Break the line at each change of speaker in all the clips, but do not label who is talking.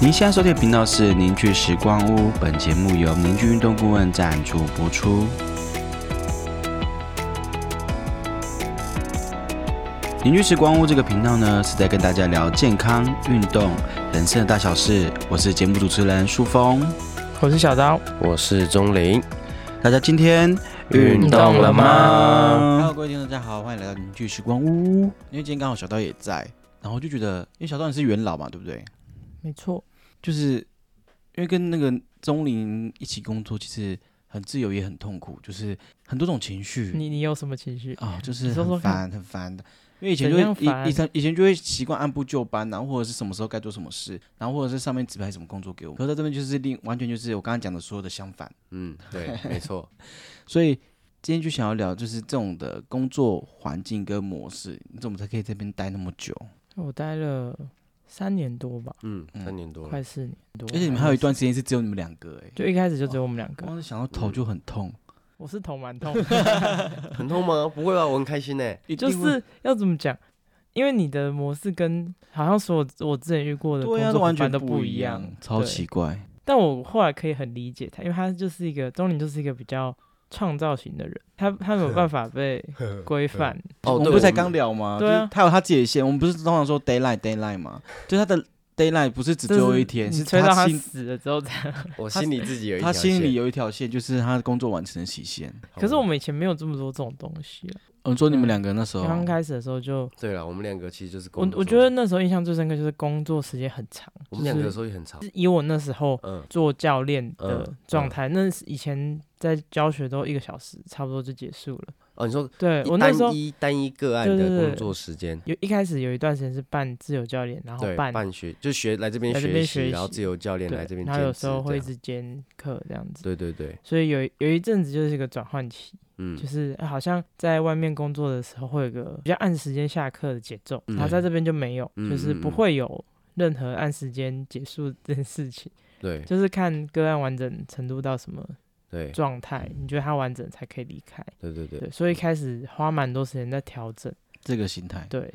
您现在收听的频道是《凝聚时光屋》，本节目由凝聚运动顾问赞助播出。凝聚时光屋这个频道呢，是在跟大家聊健康、运动、人生的大小事。我是节目主持人舒峰，
我是小刀，
我是钟林，
大家今天
运动了吗？
Hello，各位听众，大家好，欢迎来到凝聚时光屋。因为今天刚好小刀也在，然后就觉得，因为小刀你是元老嘛，对不对？
没错，
就是因为跟那个钟林一起工作，其实很自由也很痛苦，就是很多种情绪
你你有什么情绪？
啊、就是
你说说
很
看
烦很烦的。因为以前就
怎样
会以
烦
以前以前就会习惯按部就班，然后或者是什么时候该做什么事，然后或者是上面指派什么工作给我们。可是在这边就是另完全就是我刚刚讲的所有的相反，
嗯， 对，没错，
所以今天就想要聊就是这种的工作环境跟模式，你怎么才可以在这边待那么久？
我待了三年多吧，
嗯，三年多了
快，四年多。
哦而且你们还有一段时间哦是只有你们两个哎、
就一开始就只有我们两个，
光是想到
嗯
头就很痛，
我是头 蛮痛，
很痛吗？不会吧，我很开心呢。
一定
就
会
是要怎么讲？因为你的模式跟好像所有我之前遇过的工
对啊，
作
完
伙
全
伴都
不
一样，
超
对
奇怪。
但我后来可以很理解他，因为他就是一个钟林，就是一个比较创造型的人，他他没有办法 被规范，
哦，
我
对，
们不是才刚聊吗？
对啊
就是他有他自己的线，我们不是通常说 d a y l i g h t d a y l i g h t 嘛，就他的 d a y l i g h t 不是只
就是
最后一天，
你
是
吹到他
心
死了之后才。
我心里自己有一条
他心里
线，哦
有一条线，就是他工作完成的期限。
可是我们以前没有这么多这种东西了，
我说你们两个那时候，
嗯刚开始的时候就
对了，我们两个其实就是
我
啊工作
我觉得那时候印象最深刻就是工作时间很长，
我们两个
就
的
是
时候也很吵
就，是以我那时候
嗯，
做教练的
嗯
状态，那是以前在教学都一个小时差不多就结束了。
哦，你说
对我那
单
时候
一单一个案
对
的
对对
工作时间，
有一开始有一段时间是办自由教练，然后
对，
办
办学就学来这边
来这边学
习，
习
然后自由教练
对
来这边
然后有
兼
时
职，
候会
这
一
样
直兼课这样子。
对对对，
所以有有一阵子就是一个转换期，
嗯
就，是呃好像在外面工作的时候会有一个比较按时间下课的节奏，
嗯
然后在这边就没有，
嗯
就是不会有任何按时间结束这件事情，
对
就是看个案完整程度到什么
对
状态，你觉得它完整才可以离开。
对对嗯对，嗯
对，所以一开始花蛮多时间在调整。
这个心态，
对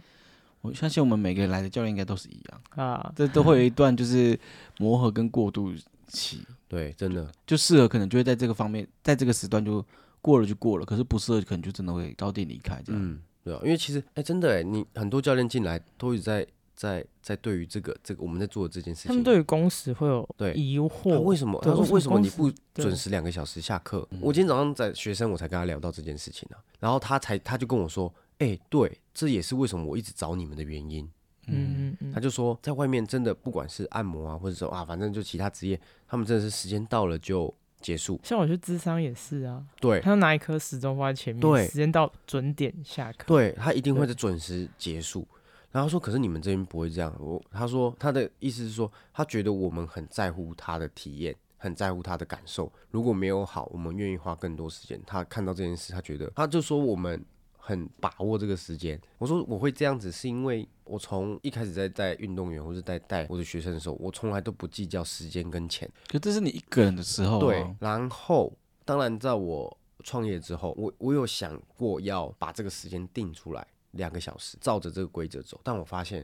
我相信我们每个来的教练应该都是一样，
啊，
这都会有一段就是磨合跟过渡期，
对，真的，
就适合可能就会在这个方面，在这个时段就过了就过了，可是不适合可能就真的会高点离开这样。
嗯，对啊，因为其实，哎、真的，哎，你很多教练进来都一直在在在对于这个这个我们在做的这件事情，
他们对于工时会有
对
疑
啊、
惑，
为什么？
对
他说
为什么
为什么
公
你
司
不
对
准时两个小时下课
嗯？
我今天早上在学生，我才跟他聊到这件事情呢、啊，然后他才他就跟我说，哎、对，这也是为什么我一直找你们的原因。
嗯嗯
他
嗯，
就说，在外面真的不管是按摩啊，或者说啊，反正就其他职业，他们真的是时间到了就结束。
像我去智商也是啊，
对
他就拿一颗时钟放在前面，
对
时间到准点下课。
对他一定会
对
在准时结束。然后他说，可是你们这边不会这样。我他说他的意思是说，他觉得我们很在乎他的体验，很在乎他的感受。如果没有好，我们愿意花更多时间。他看到这件事，他觉得他就说我们很把握这个时间。我说我会这样子，是因为我从一开始在带运动员或是在带我的学生的时候，我从来都不计较时间跟钱。
可这是你一个人的时候、啊，
对，然后当然在我创业之后，我我有想过要把这个时间定出来两个小时，照着这个规则走，但我发现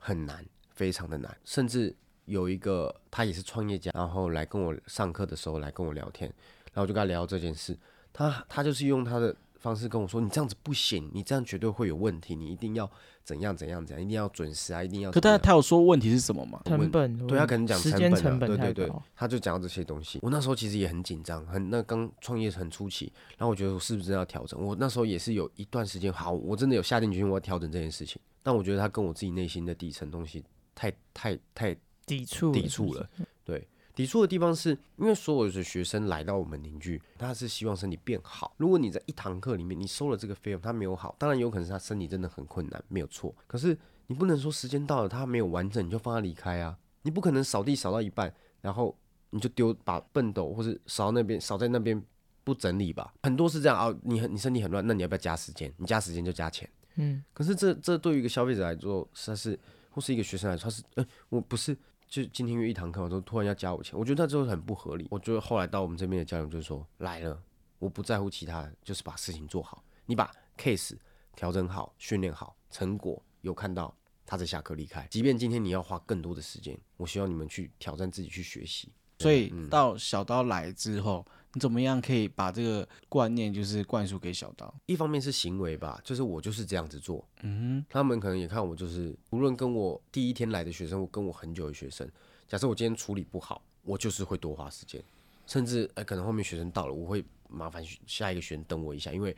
很难，非常的难，甚至有一个他也是创业家，然后来跟我上课的时候来跟我聊天，然后我就跟他聊这件事，他他就是用他的。方式跟我说，你这样子不行，你这样绝对会有问题，你一定要怎样怎样怎样，一定要准时啊，一定要
可
怎么
他
样
他有说问题是什么吗？
成本
对他可能讲
时间
成
成
本
本
啊
太
对对对
高，，
他就讲到这些东西。我那时候其实也很紧张，很那刚创业很初期，然后我觉得我是不是真的要调整？我那时候也是有一段时间，好，我真的有下定决心我要调整这件事情，但我觉得他跟我自己内心的底层东西太太太
抵触
抵触了，对，抵触的地方是因为所有的学生来到我们邻居，他是希望身体变好。如果你在一堂课里面你收了这个费用，他没有好，当然有可能是他身体真的很困难，没有错。可是你不能说时间到了他没有完整你就放他离开啊，你不可能扫地扫到一半，然后你就丢把笨斗或是扫到那边扫在那边。不整理吧，很多是这样啊。你很你身体很乱，那你要不要加时间？你加时间就加钱。
嗯，
可是这这对于一个消费者来说，他是嗯或是一个学生来说，他是哎、我不是就今天约一堂课，我都突然要加我钱，我觉得那就是很不合理。我觉得后来到我们这边的教练就是说，来了，我不在乎其他的，就是把事情做好，你把 case 调整好，训练好，成果有看到，他才下课离开。即便今天你要花更多的时间，我希望你们去挑战自己去学习。
所以
嗯
到小刀来之后，你怎么样可以把这个观念就是灌输给小刀？
一方面是行为吧，就是我就是这样子做。嗯，他们可能也看我就是，无论跟我第一天来的学生，或跟我很久的学生，假设我今天处理不好，我就是会多花时间，甚至哎、呃可能后面学生到了，我会麻烦学下一个学生等我一下，因为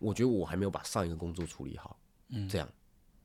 我觉得我还没有把上一个工作处理好。嗯，这样，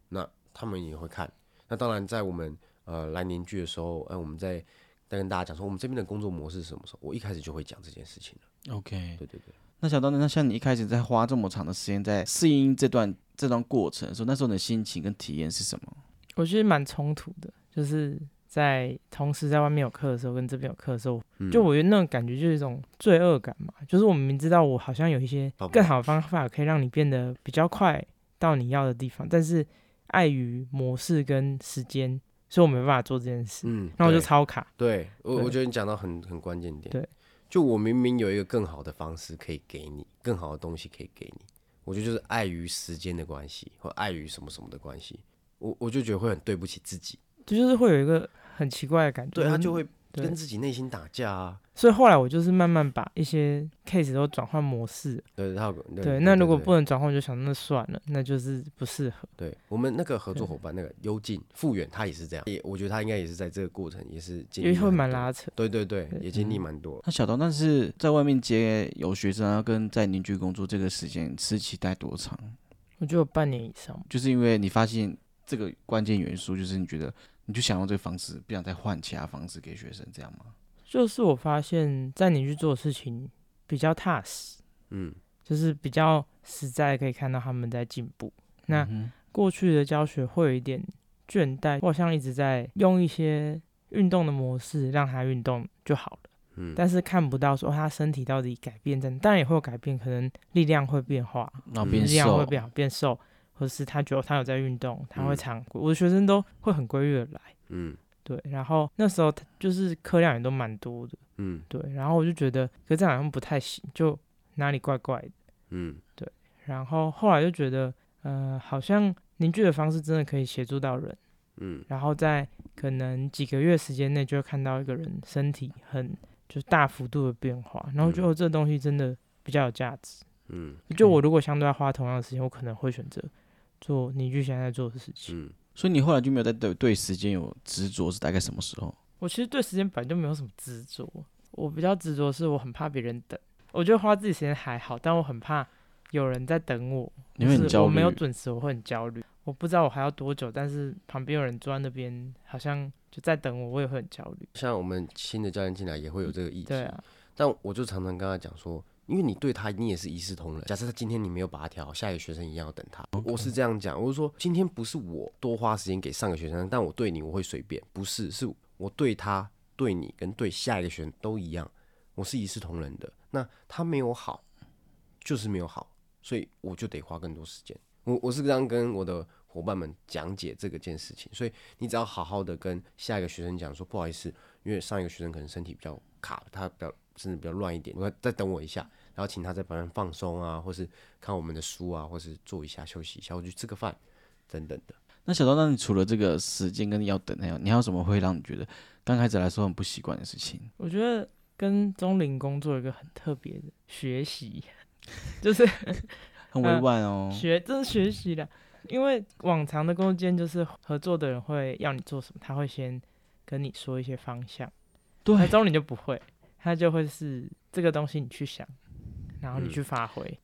那他们也会看。那当然，在我们呃来年聚的时候，哎、我们在在跟大家讲说我们这边的工作模式是什么时候，我一开始就会讲这件事情了。
OK，
对对对。
那小刀呢？那像你一开始在花这么长的时间在适应这段这段过程的时候，那时候你的心情跟体验是什么？
我觉得蛮冲突的，就是在同时在外面有课的时候，跟这边有课的时候，
嗯
就我觉得那种感觉就是一种罪恶感嘛，就是我明明知道我好像有一些
好吧
更好的方法可以让你变得比较快到你要的地方，但是碍于模式跟时间，所以我没办法做这件事，
嗯，
那我就
对
超卡。
对我，我
对
觉得你讲到很很关键点。
对，
就我明明有一个更好的方式可以给你，更好的东西可以给你，我觉得就是碍于时间的关系，或碍于什么什么的关系，我我就觉得会很对不起自己。
这就是会有一个很奇怪的感觉，
对他就会
对
跟自己内心打架啊。
所以后来我就是慢慢把一些 case 都转换模式。
对，他有对
对，那如果
对
不能转换，我就想那算了，那就是不适合。
对我们那个合作伙伴那个幽静复原，他也是这样，也我觉得他应该也是在这个过程也是经
因
历
为会
很
蛮
多，
拉扯。
对对对，
对嗯
也经历蛮多。
那小刀，但是在外面接有学生啊，跟在邻居工作这个时间是期待多长？
我觉得有半年以上，
就是因为你发现这个关键元素，就是你觉得你就想用这个方式，不想再换其他方式给学生，这样吗？
就是我发现，在你去做的事情比较踏实，
嗯，
就是比较实在，可以看到他们在进步。那
嗯
过去的教学会有一点倦怠，我好像一直在用一些运动的模式让他运动就好了，
嗯
但是看不到说哦他身体到底改变在哪，当然也会有改变，可能力量会变化，
哼然后
嗯
变
力量
瘦
会，变好变瘦，或是他觉得他有在运动，他会
嗯
常规，我的学生都会很规律的来。
嗯
对，然后那时候他就是课量也都蛮多的，
嗯
对，然后我就觉得，可是这样好像不太行，就哪里怪怪的。
嗯
然后后来就觉得，呃，好像凝聚的方式真的可以协助到人，
嗯
然后在可能几个月时间内就会看到一个人身体很就是大幅度的变化，然后就、
嗯
哦这东西真的比较有价值。
嗯
就我如果相对要花同样的时间，我可能会选择做凝聚现在在做的事情。
嗯，
所以你后来就没有再对对时间有执着，是大概什么时候？
我其实对时间本来就没有什么执着，我比较执着是我很怕别人等。我觉得花自己时间还好，但我很怕有人在等我，
你会
就
很
是
焦
我没有
虑，
准时，我会很焦虑。我不知道我还要多久，但是旁边有人坐在那边，好像就在等我，我也会很焦虑。
像我们新的教练进来也会有这个议题，
对啊，
但我就常常跟他讲说，因为你对他，你也是一视同仁。假设他今天你没有把他调好，下一个学生一样要等他。我是这样讲，我是说，今天不是我多花时间给上个学生，但我对你我会随便，不是，是我对他、对你跟对下一个学生都一样，我是一视同仁的。那他没有好，就是没有好，所以我就得花更多时间。我我是这样跟我的伙伴们讲解这个件事情，所以你只要好好的跟下一个学生讲说，不好意思，因为上一个学生可能身体比较卡，他比较甚至比较乱一点，我再等我一下，然后请他在旁边放松啊，或是看我们的书啊，或是坐一下休息一下，我去吃个饭等等的。
那小刀，那你除了这个时间跟要等，还有你还有什么会让你觉得刚开始来说很不习惯的事情？
我觉得跟钟林工作有一个很特别的学习， 就是
很委婉哦，
学，这呃是学习的。因为往常的工作间就是合作的人会要你做什么，他会先跟你说一些方向。那
对，
钟林就不会，他就会是这个东西你去想，然后你
嗯
去发挥。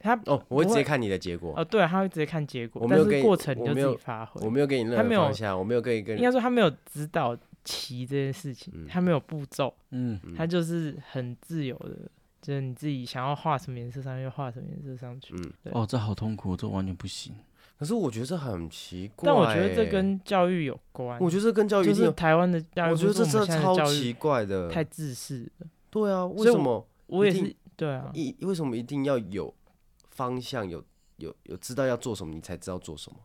他
哦，我会
不
直
会
接看你的结果，
哦，对，他会直接看结果
我，没
但
有
是
给
过程你
我
就自
没有
己发挥
我。没有给你任
他没
何
有
方向，我没有给你跟
应该说他没有指导棋这件事情，
嗯
他没有步骤，
嗯，
他就是很自由的，就是你自己想要画什么颜色上去就画什么颜色上去。
嗯，
对
哦，这好痛苦，这完全不行。
可是我觉得这很奇怪、
但
欸
我觉得这，跟教育有关，
我觉得这跟教育一
就
定
是
有，
台湾的教育，
我觉得
或
这
是我们
真
现在
超
的教
奇
育
怪的，
太自私了。
对啊，为
所以
什么
我
一
也
定
是，对啊，
一为什么一定要有方向，有有有知道要做什么，你才知道做什么？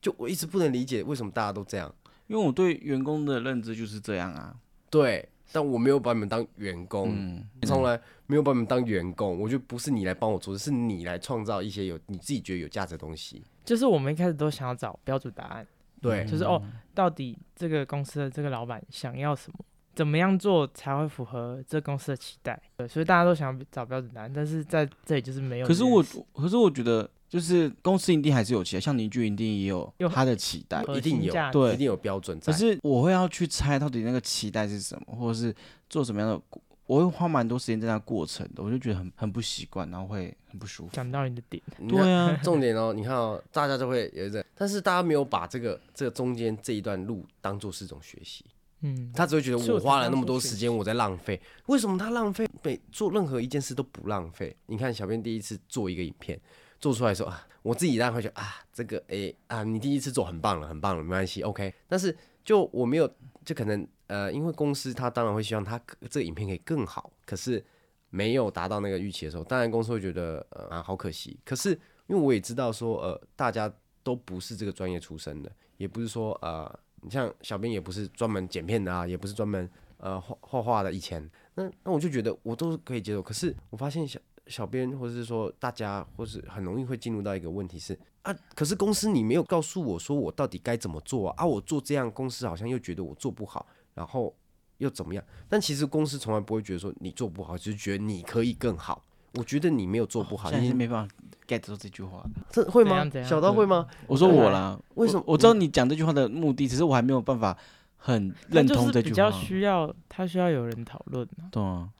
就我一直不能理解为什么大家都这样。
因为我对员工的认知就是这样啊，
对，但我没有把你们当员工，
嗯，
从、来没有把你们当员工。我觉得不是你来帮我做，是你来创造一些有你自己觉得有价值的东西。
就是我们一开始都想要找标准答案，
对，
就是哦，到底这个公司的这个老板想要什么，怎么样做才会符合这公司的期待？对，所以大家都想找标准答案，但是在这里就是没有
可
这
是
件
我
事。，
可是我觉得，就是公司一定还是有期待，像邻居一定也有
有
他的期待，
核
一定
心
有
价值
对
一定有标准在。
可是我会要去猜到底那个期待是什么，或者是做什么样的过，我会花蛮多时间在那过程的，我就觉得很很不习惯，然后会很不舒服。
讲到你的点，
你看
对啊，
重点哦，你看哦，大家就会有一种，但是大家没有把这个这个中间这一段路当做是一种学习，
嗯，
他只会觉得
是我
我
才
花了
当
那么
做
多
学
时间，我在浪费。为什么他浪费？每做任何一件事都不浪费。你看，小编第一次做一个影片，做出来说啊，我自己当然会觉得啊，这个诶啊，你第一次做很棒了，很棒了，没关系，OK。但是就我没有，就可能呃，因为公司他当然会希望他这个影片可以更好，可是没有达到那个预期的时候，当然公司会觉得呃啊好可惜。可是因为我也知道说呃，大家都不是这个专业出身的，也不是说呃，你像小编也不是专门剪片的啊，也不是专门呃画画画的。以前那那我就觉得我都可以接受，可是我发现小小编或者是说大家，或是很容易会进入到一个问题是啊，可是公司你没有告诉我说我到底该怎么做啊，啊我做这样公司好像又觉得我做不好，然后又怎么样？但其实公司从来不会觉得说你做不好，只是觉得你可以更好。我觉得你没有做不好，
现在
你
是没办法 get 到这句话的。
这会
怎
吗
样怎？样
小刀
对
会吗？
我说我啦，
为什么
我我知道你讲这句话的目的，只是我还没有办法很认
他
同
就
这
是
句
比较。
话
需要他需要有人讨论啊，
懂啊？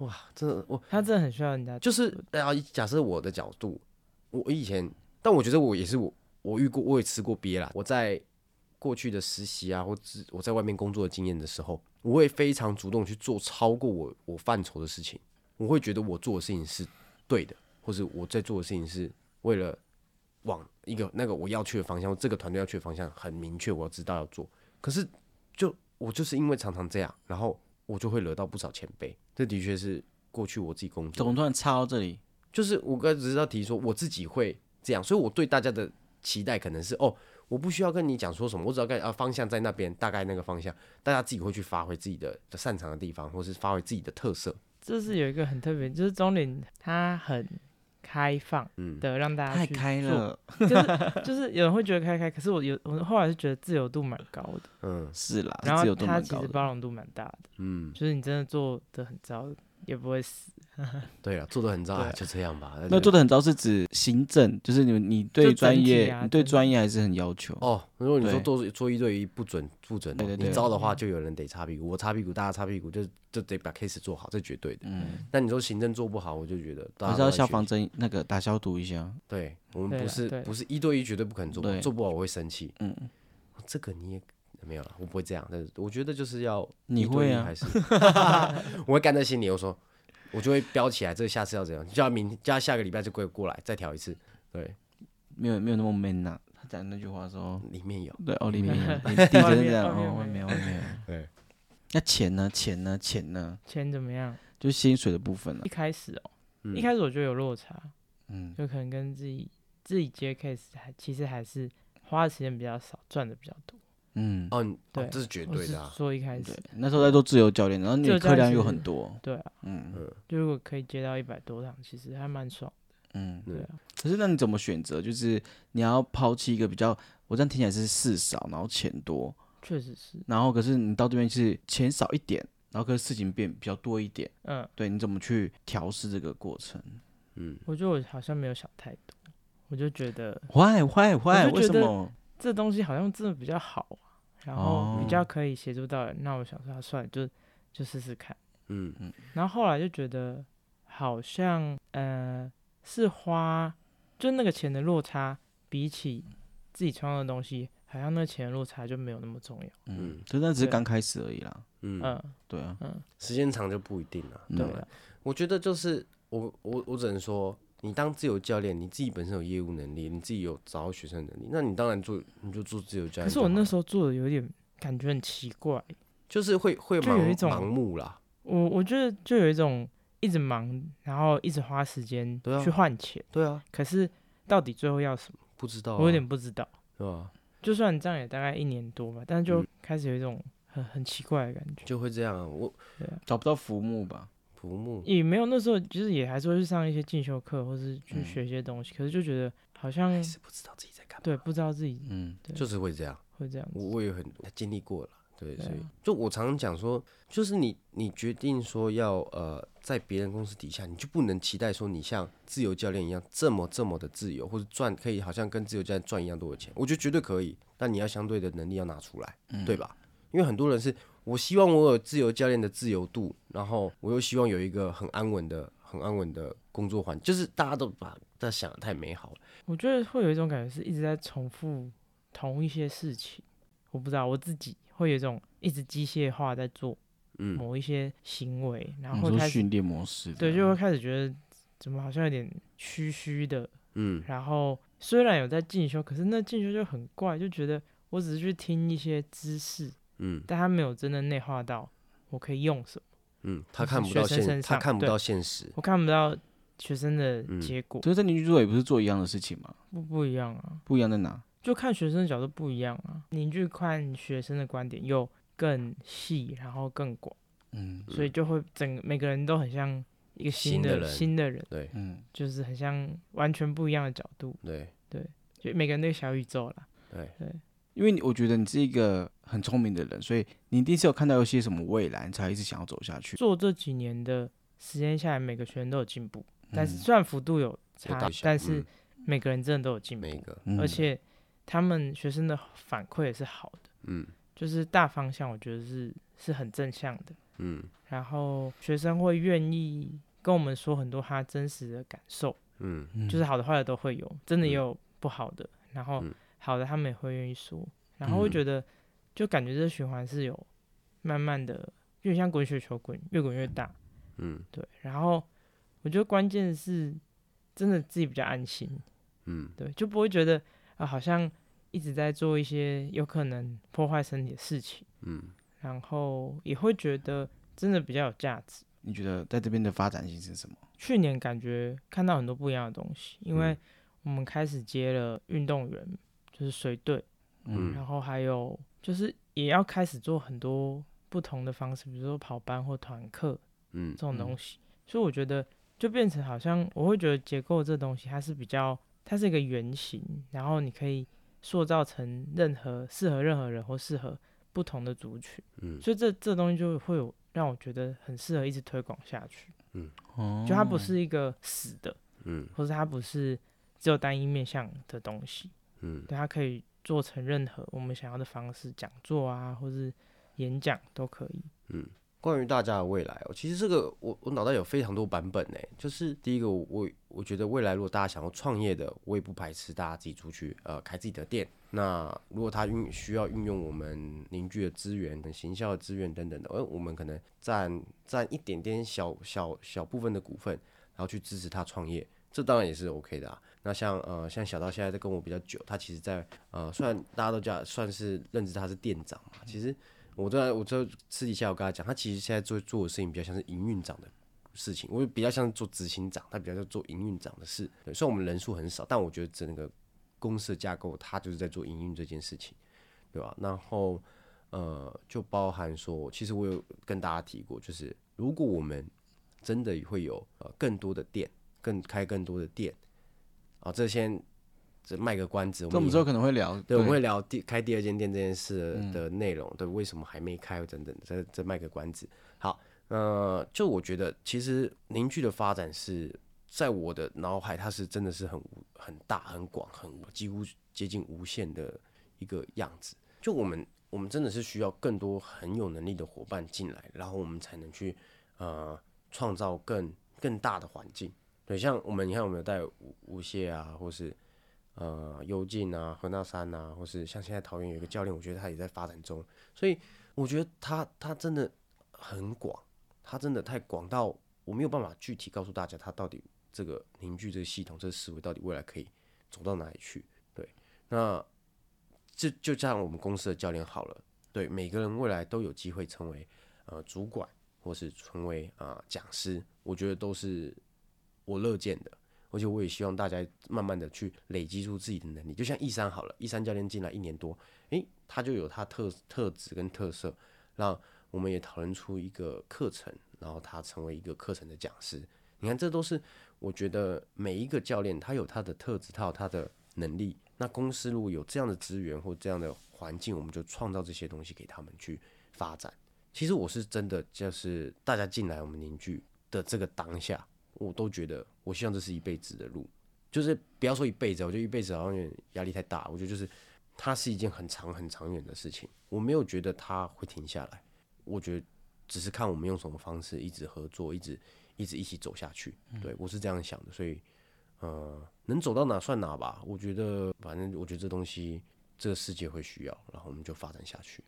哇，真的我
他真的很需要人家
就是啊，假设我的角度，我以前，但我觉得我也是我，我遇过，我也吃过鳖啦。我在过去的实习啊，或是我在外面工作的经验的时候，我会非常主动去做超过我我范畴的事情。我会觉得我做的事情是对的，或是我在做的事情是为了往一个那个我要去的方向，这个团队要去的方向很明确，我要知道要做。可是就我就是因为常常这样，然后我就会惹到不少前辈。这的确是过去我自己工作
怎么突然插到这里？
就是我刚才只是要提说我自己会这样，所以我对大家的期待可能是哦，我不需要跟你讲说什么，我只要跟啊方向在那边，大概那个方向，大家自己会去发挥自己的的擅长的地方，或是发挥自己的特色。
这是有一个很特别，就是钟林他很开放
嗯，
的让大家
太
去
开
做，
了，
就是就是有人会觉得开开，可是我有我后来是觉得自由度蛮高的，
嗯
是啦，
然
是啊自
后
由度
他
蛮
其
高
实
的。
包容度蛮大的，
嗯，
就是你真的做的很糟也不会死，
对了，做的很糟，
对
啊，就这样吧。
那做
的
的很糟是指行政，就是你你对
就整
专
体
业，
啊
你对
整体
专业还是很要求。
哦，如果你说
对
做做一对一不准不准哦，
对对对嗯
你招的话就有人得擦屁股，我擦屁股，大家擦屁股，就就得把 case 做好，这绝对的。
嗯，
但你说行政做不好，我就觉得大家
还是
都
要
在
消
学
防
习
针那个打消毒一下。
对我们
对
不
啦
是
对
不是一对一绝对不可能做不好，
对
做不好我会生气。哦
嗯，
这个你也没有了，我不会这样。但是我觉得就是要
你
一对
会
一
啊
还是我会干在心里。我说我就会标起来，这个下次要怎样，叫他明叫他下个礼拜就过过来再调一次。对，
没有没有那么 man 呐、他讲那句话 说，
里面有
对，哦，里面有，你地
外
真
面
这样，
外面没
哦，外面外面有。
对，
那钱呢？钱呢？钱呢？
钱怎么样？
就是薪水的部分了
一。开始哦，
嗯
一开始我觉得有落差，
嗯，
就可能跟自己自己接 case 还其实还是花的时间比较少，赚的比较多，
嗯，
哦，你哦
对
这是绝
我
对
是
的啊。
说一开
对
始，
那时候在做自由教练，然后你
自由
的
教
客
练
量又
是
很多，
对啊，
嗯
嗯
就如果可以接到一百多趟，其实还蛮爽，
嗯。
对
嗯
啊，
可是那你怎么选择？就是你要抛弃一个比较，我这样听起来是事少，然后钱多，
确实是，
然后可是你到这边是钱少一点，然后可是事情变比较多一点，
嗯，
对，你怎么去调试这个过程
嗯，
我觉得我好像没有想太多，我就觉得
？Why why why？
我就
为
觉
什
得
么？
这东西好像真的比较好啊，然后
哦
比较可以协助到人。那我想说，啊算了，就就试试看。
嗯
然后后来就觉得好像呃是花，就那个钱的落差，比起自己创造的东西，好像那个钱的落差就没有那么重要。
嗯
嗯，
就那只是
对
刚开始而已啦。
嗯，
嗯
对啊，
嗯，
时间长就不一定了。
嗯
对啊，
我觉得就是我我我只能说，你当自由教练，你自己本身有业务能力，你自己有找到学生的能力，那你当然做你就做自由教练就好了。
可是我那时候做的有点感觉很奇怪，
就是会会
就
盲
有一种
盲目啦，
我我觉得就有一种一直忙，然后一直花时间
对啊
去换钱，
对啊，
可是到底最后要什么，
不知道啊、
我有点不知道。
对吧？
就算这样也大概一年多吧，但是就
嗯
开始有一种很很奇怪的感觉，
就会这样啊，我
找不到浮木吧？
不木，
也没有那时候就是也还是会去上一些进修课，或是去
嗯
学一些东西，可是就觉得好像
还是不知道自己在干嘛。
对，不知道自己
嗯，
对
就是会这样。
会这样
我
子。
我也很经历过了，对，
对啊
所以就我常常讲说，就是你你决定说要呃在别人公司底下，你就不能期待说你像自由教练一样这么这么的自由，或者赚可以好像跟自由教练赚一样多的钱，我觉得绝对可以，但你要相对的能力要拿出来，
嗯
对吧？因为很多人是我希望我有自由教练的自由度，然后我又希望有一个很安稳的、很安稳的工作环境，就是大家都把他想的太美好了，
我觉得会有一种感觉是一直在重复同一些事情，我不知道我自己会有一种一直机械化在做
嗯，
某一些行为，然
你
后
说
开始
训练模式这
嗯对，
样，
就会开始觉得怎么好像有点虚虚的，
嗯
然后虽然有在进修，可是那进修就很怪，就觉得我只是去听一些知识，
嗯
但他没有真的内化到我可以用什么，
嗯，他
就是
看不到
学生
现，
身
他
上
看不
对
到现实，
我看不到学生的
嗯
结果，
可是在邻居座也不是做一样的事情嘛，
不不一样啊，
不一样在哪？
就看学生的角度不一样啊，你去看学生的观点又更细，然后更广，
嗯
所以就会整个每个人都很像一个新
新的
的
人
新的人，
对
嗯，
就是很像完全不一样的角度，
对
就每个人都有小宇宙啦。
对。
因为你我觉得你是一个很聪明的人，所以你一定是有看到一些什么未来，你才一直想要走下去。
做这几年的时间下来，每个学员都有进步，但是
嗯
虽然幅度有
有
差
大，小
但是
嗯
每个人真的都有进
每一
步，
个，
嗯
而且他们学生的反馈也是好的，
嗯
就是大方向我觉得是是很正向的。
嗯
然后学生会愿意跟我们说很多他真实的感受，
嗯
就是好的坏的都会有，真的也
嗯
有不好的，然后
嗯
好的他们也会愿意说，然后会
嗯
觉得就感觉这循环是有慢慢的，有点像滚雪球滚，越滚越大，
嗯
对，然后我觉得关键是真的自己比较安心，
嗯
对，就不会觉得啊、好像一直在做一些有可能破坏身体的事情，
嗯，
然后也会觉得真的比较有价值。
你觉得在这边的发展性是什么？
去年感觉看到很多不一样的东西，因为
嗯
我们开始接了运动员，就是随队，
嗯
然后还有就是也要开始做很多不同的方式，比如说跑班或团课
嗯
这种
嗯
东西。所以我觉得就变成好像我会觉得结构这东西它是比较，它是一个圆形，然后你可以塑造成任何适合任何人或适合不同的族群，
嗯
所以这这东西就会有让我觉得很适合一直推广下去。
哦
就它不是一个死的，
嗯
或是它不是只有单一面向的东西，
嗯
对，它可以做成任何我们想要的方式，讲座啊，或是演讲都可以。
嗯。关于大家的未来哦，其实这个我我脑袋有非常多版本呢。就是第一个，我我我觉得未来如果大家想要创业的，我也不排斥大家自己出去呃开自己的店。那如果他运需要运用我们邻居的资源、跟行销的资源等等的，而呃我们可能占占一点点小小小部分的股份，然后去支持他创业，这当然也是 OK 的、啊。那像呃像小道现在在跟我比较久，他其实在呃虽然大家都叫算是认知他是店长嘛，其实我在我在私底下我跟他讲，他其实现在做做的事情比较像是营运长的事情，我比较像是做执行长，他比较像做营运长的事。对，虽然我们人数很少，但我觉得整个公司的架构，他就是在做营运这件事情，对吧？然后呃，就包含说，其实我有跟大家提过，就是如果我们真的会有呃更多的店，更开更多的店，啊，这先这卖个关子，
这我们
以
之后可能会聊，
对，我们会聊第开第二间店这件事的内容，对，为什么还没开等等，再再卖个关子。好，呃，就我觉得其实邻居的发展是在我的脑海，它是真的是很无很大、很广、很无几乎接近无限的一个样子。就我们我们真的是需要更多很有能力的伙伴进来，然后我们才能去呃创造更更大的环境。对，像我们你看，我们有带无无懈啊，或是呃幽静啊、何那山啊，或是像现在桃园有一个教练，我觉得他也在发展中，所以我觉得他他真的很广，他真的太广到我没有办法具体告诉大家他到底这个凝聚这个系统、这个思维到底未来可以走到哪里去。对，那这就像我们公司的教练好了，对每个人未来都有机会成为呃主管，或是成为啊讲、师，我觉得都是我乐见的。而且我也希望大家慢慢的去累积出自己的能力。就像一山好了，一山教练进来一年多，诶，他就有他特特质跟特色，让我们也讨论出一个课程，然后他成为一个课程的讲师。你看，这都是我觉得每一个教练他有他的特质，他有他的能力。那公司如果有这样的资源或这样的环境，我们就创造这些东西给他们去发展。其实我是真的，就是大家进来我们凝聚的这个当下，我都觉得，我希望这是一辈子的路，就是不要说一辈子，我觉得一辈子好像有点压力太大。我觉得就是它是一件很长很长远的事情，我没有觉得它会停下来，我觉得只是看我们用什么方式一直合作，一直一直一起走下去。对我是这样想的，所以呃，能走到哪算哪吧。我觉得反正我觉得这东西这个世界会需要，然后我们就发展下去。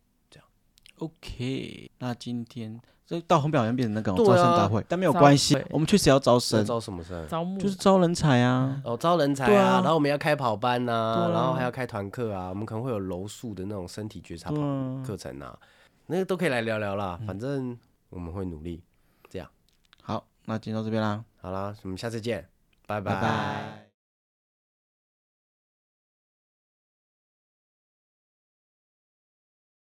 OK，那今天这到后面好像变成那个哦
对
招生
啊
大会，但没有
招
关系
会，
我们确实要招
这
生，
招什么生？
招募
就是招人才啊。
哦，招人才
对
啊，
啊
然后我们要开跑班呐、
对啊
然后还要开团课啊，我们可能会有柔术的那种身体觉察跑
对啊
课程啊，那个都可以来聊聊
嗯
啦。反正我们会努力，
好，那今天到这边啦，
好啦，我们下次见，
拜拜